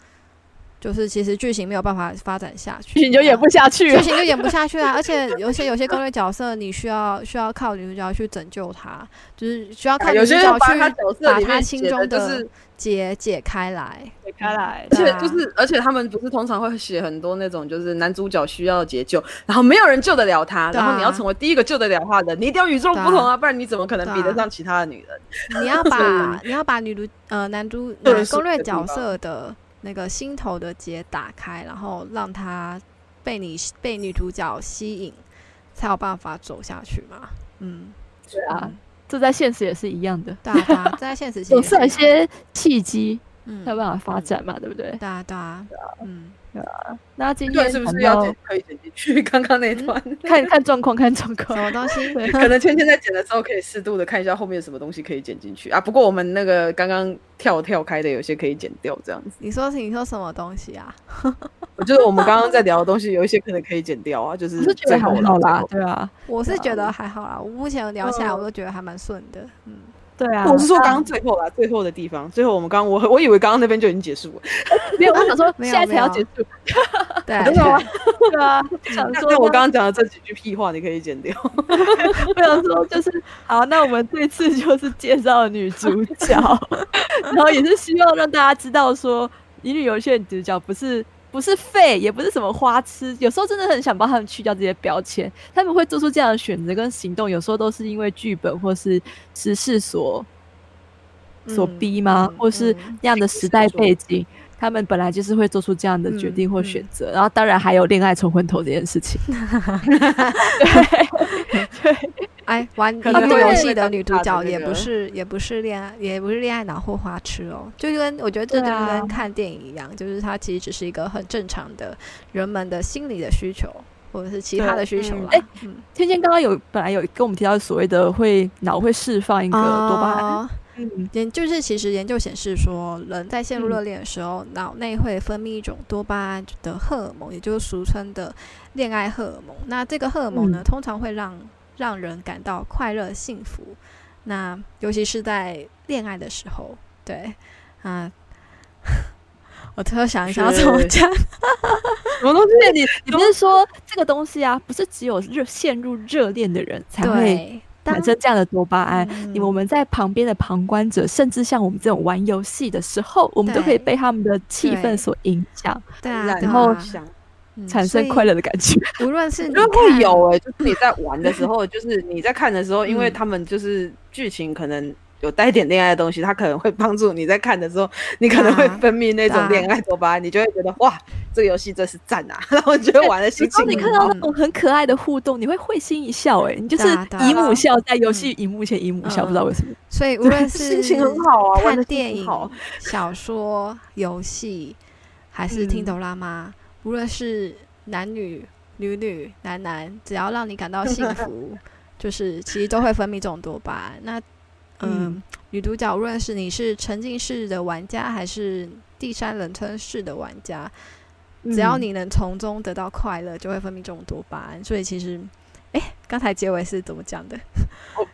S2: 就是其实剧情没有办法发展下去，啊
S3: 你就演不下去
S2: 剧
S3: 了。
S2: 情就演不下去啊！而且有些有些攻略角色，你需要需要靠女主角去拯救她，就是需要靠
S1: 啊
S2: 女
S1: 有
S2: 主
S1: 些人
S2: 角
S1: 把他
S2: 去
S1: 角色
S2: 把
S1: 里
S2: 他
S1: 面
S2: 心
S1: 写的
S2: 中
S1: 就
S2: 的
S1: 是，
S2: 解解开来。
S3: 解开来
S1: 而且
S2: 对啊
S1: 就是，而且他们不是通常会写很多那种，就是男主角需要解救，然后没有人救得了他，
S2: 对啊
S1: 然后你要成为第一个救得了他的，你一定要与众不同啊，不然你怎么可能比得
S2: 对啊
S1: 上其他的女人？
S2: 你要把你要把女主呃男主
S1: 对
S2: 男
S1: 是
S2: 攻略
S1: 这个地
S2: 角
S1: 方
S2: 色的那个心头的结打开，然后让他被你被女主角吸引，才有办法走下去嘛。嗯，
S3: 对啊
S2: 嗯，
S3: 这在现实也是一样的，
S2: 对啊，对啊，这在现实
S3: 总
S2: 中
S3: 是有一些契机
S2: 嗯，
S3: 才有
S2: 对
S3: 办法发展嘛，对不对？
S2: 啊，对啊，嗯，
S3: 那今
S1: 这
S3: 天
S1: 段是不
S3: 谈
S1: 是要
S3: 到嗯
S1: 剪？可以剪进去 刚刚那一段？
S3: 看看状况，看状况
S2: 什。么东 西？
S1: 可能芊芊在剪的时候可以适度的看一下后面有什么东西可以剪进去啊。不过我们那个刚刚跳跳开的有些可以剪掉，这样子。
S2: 你说你说什么东西啊？
S1: 我觉得我们刚刚在聊的东西有一些可能可以剪掉啊，就是
S3: 我是觉
S1: 最
S3: 得
S1: 后
S3: 还
S1: 啦
S3: 好
S1: 最
S3: 啦
S1: 后，
S3: 对啊，
S2: 我是觉得还好啦，我目前聊
S3: 嗯
S2: 下来我都觉得还蛮顺的。嗯，
S3: 对啊。
S1: 哦我是说刚刚最后啦，最后的地方，最后我们刚刚我我以为刚刚那边就已经结束了，
S3: 没有，我想说
S2: 没
S3: 现
S2: 有
S3: 在才要结束，
S2: 对，
S3: 真的吗？ 对啊，想
S1: 那
S3: 说
S1: 那我刚刚讲的这几句屁话你可以剪掉。
S3: 我想说就是好，那我们这次就是介绍女主 角，然后也是希望让大家知道说，乙女游戏的女主角不是。不是废，也不是什么花痴，有时候真的很想帮他们去掉这些标签。他们会做出这样的选择跟行动，有时候都是因为剧本或是时事所所
S2: 嗯
S3: 逼吗？
S2: 嗯
S3: 或是
S2: 嗯
S3: 那样的
S1: 是
S3: 时
S1: 这
S3: 代
S1: 么说
S3: 背景，他们本来就是会做出这样的决定或
S2: 嗯
S3: 选择。然后当然还有恋爱冲昏头这件事情。
S2: 哎，玩音
S1: 可能
S2: 乐
S3: 会
S2: 游
S1: 有
S2: 戏
S1: 那
S2: 的
S1: 个
S2: 女主
S1: 打的
S2: 角
S1: 那
S2: 也不
S1: 个
S2: 是，也不是恋爱，也不是恋爱脑或花痴哦，就跟我觉得这
S3: 对
S2: 就
S3: 啊
S2: 跟看电影一样，就是它其实只是一个很正常的人们的心理的需求，或者是其他
S1: 对
S2: 的需求
S1: 嗯
S2: 啦
S3: 哎。
S2: 嗯，
S3: 天天刚刚有本来有跟我们提到所谓的会脑会释放一个多巴胺，
S2: 哦
S3: 嗯，
S2: 研就是其实研究显示说，人在陷
S3: 嗯
S2: 入热恋的时候，脑内会分泌一种多巴胺的荷尔蒙，也就是俗称的恋爱荷尔蒙。那这个荷尔蒙
S1: 嗯
S2: 呢，通常会让让人感到快乐、幸福。那尤其是在恋爱的时候，对，啊， 我突然想一想要怎么
S1: 是
S2: 讲，
S1: 什么东西？
S3: 你你不是说这个东西啊，不是只有热陷入热恋的人才会
S2: 对，
S3: 产生这样的多巴
S1: 哎
S3: 胺。
S2: 嗯
S3: 你们我们在旁边的旁观者，甚至像我们这种玩游戏的时候，我们都可以
S2: 对
S3: 被他们的气
S2: 对
S3: 氛所影响，
S2: 对啊，
S1: 然
S2: 对
S3: 后
S2: 啊
S1: 想，
S2: 嗯
S3: 产
S2: 所
S3: 生
S2: 以
S3: 快乐的感觉。
S2: 无论是
S1: 我
S2: 你
S1: 觉得会
S2: 看
S1: 有哎、就是你在玩的时候，就是你在看的时候，因为
S2: 嗯
S1: 他们就是剧情可能有带一点恋爱的东西，他可能会帮助你在看的时候，你可能会
S2: 啊
S1: 分泌那种恋爱多巴胺，你就会觉得哇，这个游戏真是赞啊！ 然后你就会玩的心情
S3: 当哦你
S1: 很
S3: 看
S1: 好。
S3: 到那种很可爱的互动，你会会心一笑、哎，你就是
S2: 对啊对啊
S3: 姨母笑，在游戏荧幕前姨母笑，
S2: 嗯
S3: 不知道为什么。
S2: 所以无论是
S1: 心情很好啊，玩
S2: 看
S1: 的
S2: 电影
S1: 好。、
S2: 小说、游戏，还是听懂啦吗？无论是男女、女女、男男，只要让你感到幸福，就是其实都会分泌这种多巴胺。那嗯，
S3: 嗯
S2: 女主角无论是你是沉浸式的玩家，还是第三人称式的玩家，只要
S3: 嗯
S2: 你能从中得到快乐，就会分泌这种多巴胺。所以其实，哎，刚才结尾是怎么讲的？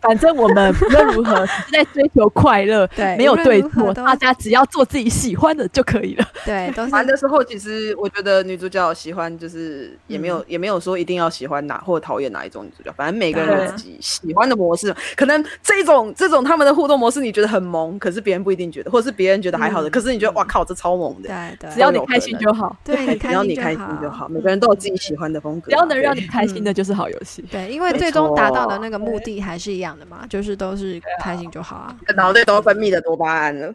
S3: 反正我们不论如 何只是在追求快乐，
S2: 对
S3: 没有
S2: 无论
S3: 对
S2: 如何
S3: 错，
S2: 都
S3: 大家只要做自己喜欢的就可以了。
S2: 对，都是
S1: 玩的时候，其实我觉得女主角喜欢就是也没有、也没有说一定要喜欢哪或讨厌哪一种女主角，反正每个人
S2: 对
S1: 有自己喜欢的模式。可能这种这种他们的互动模式你觉得很萌，可是别人不一定觉得，或者是别人觉得还好的，
S2: 嗯
S1: 可是你觉得
S2: 嗯
S1: 哇靠，这超萌的。
S2: 对对，
S3: 只要你开心就好，
S2: 对你
S1: 只要你开
S2: 开
S1: 心就好，每
S2: 嗯
S1: 个人都有自己喜欢的风格
S3: 只
S1: 嘛。
S3: 要能让
S1: 对
S3: 你开心的就是好游戏。
S2: 对，因为
S1: 没
S2: 最终达到
S1: 错
S2: 的那个目的还是一样的嘛，就是都是开心就好啊。
S1: 脑袋都分泌的多巴胺了。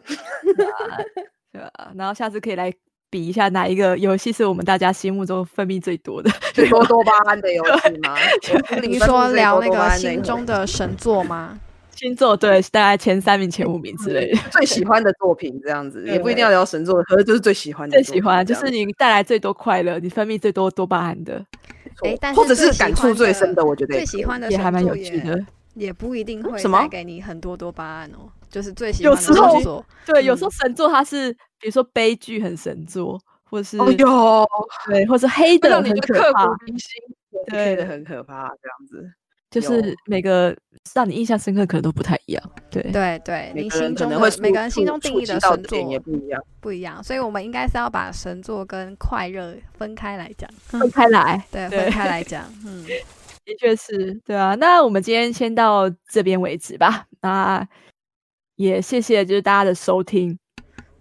S3: 对吧？啊然后下次可以来比一下哪一个游戏是我们大家心目中分泌最多的。
S1: 最多多巴胺的游戏吗？我心
S2: 你
S1: 里分
S2: 说
S1: 泌最
S2: 聊
S1: 多
S2: 那
S1: 多巴
S2: 个
S1: 胺的
S2: 心
S1: 游
S2: 中的神作吗？
S3: 星座对，大概前三名、前五名之类的，
S1: 最喜欢的作品这样子，
S3: 对
S1: 也不一定要聊神作，可是就是最喜欢的
S3: 最
S1: 作
S3: 喜
S1: 品这样子。
S3: 欢就是你带来最多快乐，你分泌最多多巴胺的，
S1: 没错
S2: 哎但是
S1: 或者
S2: 最
S1: 是
S2: 喜
S1: 感触
S2: 欢
S1: 最
S2: 的
S1: 深的，我觉得也
S2: 最喜
S1: 可以
S2: 欢的
S3: 也还
S2: 神
S3: 蛮有
S2: 作
S3: 趣
S2: 也
S3: 的。
S2: 也不一定会
S1: 嗯什么
S2: 带给你很多多巴胺哦，就是最喜
S3: 有
S2: 欢的
S3: 时候
S2: 神作。
S3: 对，有时候神作它是，比如说悲剧很神作，或是、
S1: 哦哟，
S3: 对，或是黑
S1: 会
S3: 的
S1: 让你
S3: 很
S1: 觉得
S3: 可
S1: 刻
S3: 怕
S1: 骨，铭心，
S3: 对
S1: 的很可怕，这样子。
S3: 就是
S1: 有
S3: 每个让你印象深刻的可能都不太一样。对，
S2: 对对，
S1: 每
S2: 你
S1: 个人
S2: 心
S1: 可
S2: 中
S1: 能会
S2: 的
S1: 触
S2: 每个人心
S1: 触
S2: 中定
S1: 触
S2: 义
S1: 及
S2: 的
S1: 到
S2: 神
S1: 点也
S2: 作
S1: 不一样。
S2: 不一样，所以我们应该是要把神作跟快乐分开来讲，
S3: 分开来，
S2: 对，
S3: 对
S2: 分开来讲，嗯，
S3: 的确是对啊。那我们今天先到这边为止吧。那也谢谢就是大家的收听。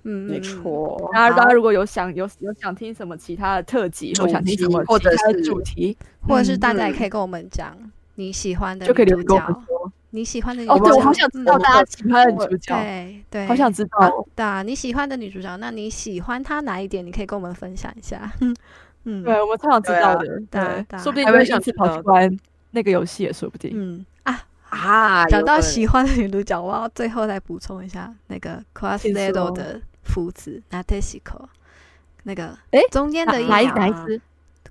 S2: 嗯，
S1: 没
S2: 嗯，
S1: 错，
S3: 大家大
S2: 好
S3: 家如果有想有有想听什么其他的特辑，或
S1: 主
S3: 想听什
S1: 题
S3: 么
S1: 或
S3: 其
S1: 者
S3: 他的
S1: 是
S3: 主题，
S2: 或者是
S3: 嗯
S2: 大家也
S1: 嗯
S2: 可以跟我们讲你喜欢的
S3: 就可以
S2: 女
S3: 留
S2: 主
S3: 言跟我们
S2: 角，
S3: 说。
S2: 你喜欢的女
S3: 哦，
S2: 主
S3: 对，
S2: 角，
S3: 我好想知
S2: 嗯
S3: 道大家喜欢的
S1: 我
S3: 女主角，
S2: 对对，
S3: 好想知
S1: 啊
S3: 道。
S2: 对啊，你喜欢的女主角，那你喜欢她哪一点？你可以跟我们分享一下。 嗯，
S3: 对，我们超想知
S1: 对
S3: 道
S1: 啊
S3: 的，
S2: 对啊对
S3: 对，
S2: 啊
S3: 说不定你
S1: 还
S3: 会
S1: 会
S3: 因
S1: 想
S3: 此
S1: 知
S3: 跑
S1: 道
S3: 去玩那个游戏也说不定。
S2: 嗯啊，
S1: 啊，
S2: 讲
S1: 有
S2: 到
S1: 可
S2: 喜欢的女主角，我要最后再补充一下那个 c o s
S3: 请
S2: l e d o
S3: 说
S2: 的夫子 n a t e s i k o 那个
S3: 诶
S2: 中间
S3: 哪
S2: 的
S3: 哪一
S2: 一
S3: 哪一
S2: 行
S3: 只？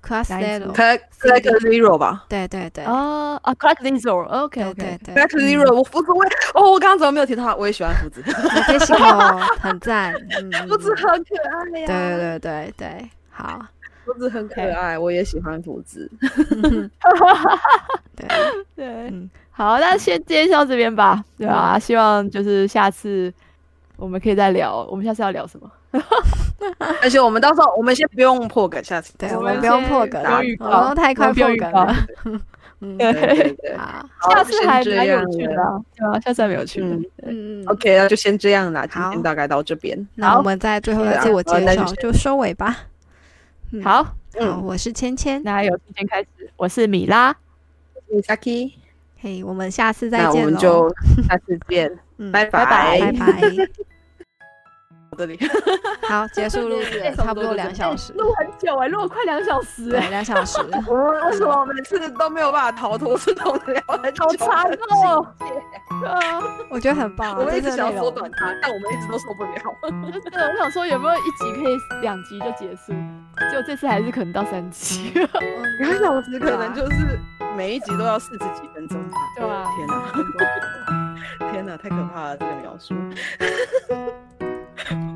S2: c o s l
S3: 哪
S2: e
S3: 一
S2: d
S3: 只
S2: o
S1: Black Black Zero 吧。
S2: 对对对，
S3: 哦啊，Clark Lizzo，OK
S2: 对
S3: OK，
S2: 对 对嗯
S1: Black Zero，我福子我也哦，我刚刚怎么没有提到他？我也喜欢福子，
S2: n a t e s i k o 很赞，嗯， 嗯
S1: 福子
S2: 嗯
S1: 很可爱呀，
S2: 对对对对对，好，
S1: 福子很可
S3: OK
S1: 爱，我也喜欢福子。
S2: 对，
S3: 对，
S2: 嗯，
S3: 好，那先今天先到这边吧，对啊，希望就是下次我们可以再聊，我们下次要聊什么？
S1: 而且我们到时候我们先不用破梗，下次
S2: 对，
S3: 我
S2: 我
S3: 们
S2: 们不用
S3: 先
S2: 破梗
S1: 打
S2: 了，
S3: 预
S2: 我们
S3: 告
S2: 都太快
S3: 我们不
S2: 破
S3: 用预
S2: 梗
S3: 告
S2: 了， 嗯，
S1: 对对对。
S2: 好，
S1: 好
S3: 下次
S1: 先
S3: 还
S1: 这
S3: 蛮有
S1: 样
S3: 趣的
S1: 了
S3: 啊，对啊，下次还蛮有趣的
S1: 嗯。
S3: 对
S2: 嗯嗯。
S1: OK，那就先这样啦，今
S2: 好
S1: 天大概到这边。
S2: 那
S3: 好
S2: 我们在最后的
S1: 是啊
S2: 自我
S1: 好
S2: 介
S1: 那就
S2: 绍
S1: 是
S2: 就收尾吧。嗯
S3: 好，
S2: 好，我是芊芊，
S3: 那由今天开始，我是米拉，
S1: ，Misaki，
S2: 嘿，我们下次再
S1: 那我
S2: 见
S1: 们
S2: 喽
S1: 就，下次见，
S2: 嗯
S1: 拜
S3: 拜拜
S2: 拜拜，
S1: 我这里。
S2: 好，结束录 制了，差不多两小时，
S3: 录很久哎、录了快两小时哎、
S2: 对，两小时，
S1: 我们为什么每次都没有办法逃脱这种聊很久
S3: 好长
S1: 的境
S3: 哦、对 啊，
S2: 我觉得很棒
S1: 我
S2: 啊，
S1: 们一
S2: 这
S1: 直
S2: 次
S1: 想
S2: 内
S1: 要缩
S2: 容
S1: 短它，但我们一直都受不了。
S3: 真的，我想说有没有一集可以两集就结束？结果这次还是可能到三集，
S1: 然后
S2: 嗯，
S1: 脑 子可能就是每一集都要四十几分钟吧。
S3: 对啊
S1: 天哪，天哪，太可怕了！这个描述。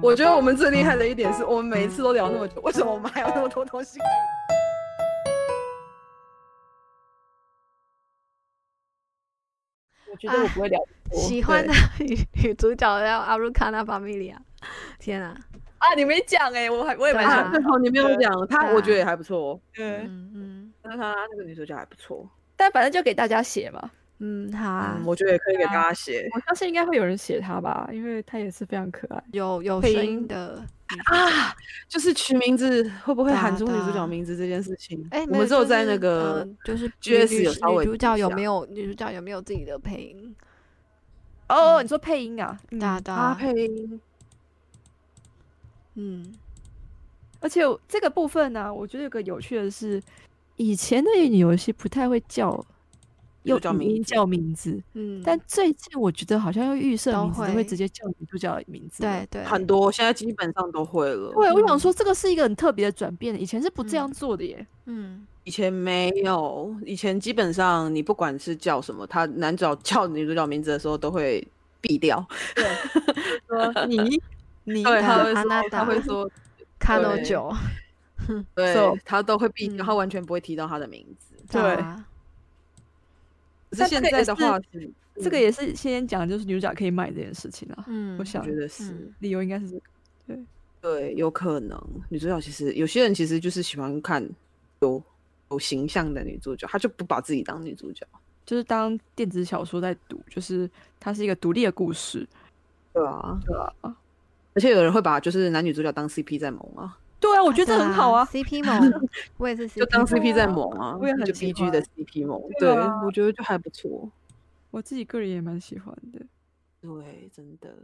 S1: 我觉得我们最厉害的一点是我们每一次都聊那么久，为什么我们还有那么多东西可以
S3: 我觉得我不会聊得多。
S2: 喜欢的女女主角要阿鲁卡纳法米利亚，天啊，
S3: 啊，你没讲哎、我还我也蛮
S2: 对
S3: 想
S2: 啊
S3: 看。
S1: 对哦，你没有讲他，
S2: 对啊
S1: 我觉得也还不错哦。对，
S2: 嗯嗯
S1: 那他那个女主角还不错，
S3: 但反正就给大家写嘛，
S2: 嗯，好啊
S1: 嗯，，我觉得也可以给大家写
S3: 我相信应该会有人写他吧，因为他也是非常可爱。
S2: 有有
S1: 配
S2: 声
S1: 音
S2: 音的女主角
S1: 啊，就是取名字会不会
S2: 对啊
S1: 喊出
S2: 对
S1: 女
S2: 啊
S1: 主角名字这件事情，
S2: 哎、
S1: 我
S2: 没
S1: 们只有
S2: 就
S1: 在那
S2: 是
S1: 个
S2: 嗯就是女
S1: GS
S2: 女
S1: 有稍微
S2: 女主
S1: 比
S2: 角有
S1: 下
S2: 没有女主角有没有自己的配音？
S3: 哦，你说配音啊？嗯
S2: 对啊对
S1: 搭
S2: 啊，
S1: 配音
S2: 嗯，
S3: 而且我这个部分呢、我觉得有个有趣的是，以前的乙女游戏不太会叫，
S1: 就
S3: 用
S1: 叫
S3: 语
S1: 名
S3: 音
S1: 字
S3: 叫名字，
S2: 嗯，
S3: 但最近我觉得好像用预设
S2: 都
S3: 名字都会
S2: 会
S3: 直接叫女主角的名字了。
S2: 对对，
S1: 很多，现在基本上都会了。
S3: 对，我想
S2: 嗯
S3: 说这个是一个很特别的转变，以前是不这样
S2: 嗯
S3: 做的耶。
S2: 嗯
S1: 以前没有，以前基本上你不管是叫什么，他男主角叫女主角名字的时候都会避掉，
S3: 说你你
S1: 对，他会
S2: 安娜
S1: 说，他
S2: 达
S1: 会说，
S2: 卡诺
S1: 对
S2: 九，
S3: So-
S1: 对他都会避掉，
S2: 嗯
S1: 他完全不会提到他的名字。
S3: 对
S2: 啊
S1: 只
S3: 但
S1: 是
S3: 这
S1: 现
S3: 个也
S1: 在的
S3: 是
S1: 话是，
S3: 这个
S1: 嗯
S3: 也是先讲，就是女主角可以卖这件事情啊。
S2: 嗯，
S3: 我想
S1: 我觉得是。
S2: 嗯
S3: 理由应该是这个。
S1: 对，有可能女主角其实有些人其实就是喜欢看有有形象的女主角，她就不把自己当女主角。
S3: 就是当电子小说在读，就是它是一个独立的故事，
S1: 对啊，
S3: 对吧？
S1: 而且有人会把就是男女主角当 CP 在萌啊，
S3: 对啊，我觉得
S2: 对
S3: 这很好啊。
S2: ，CP 萌，我也是 CP，
S1: 就当
S2: 萌
S1: CP 在萌啊，
S3: 我也很
S1: 就
S3: 喜
S1: BG
S3: 欢
S1: 的 CP 萌。
S3: 对
S1: 对，
S3: 啊
S1: 我觉得就还不错。
S3: 我自己个人也蛮喜欢的。
S1: 对，真的。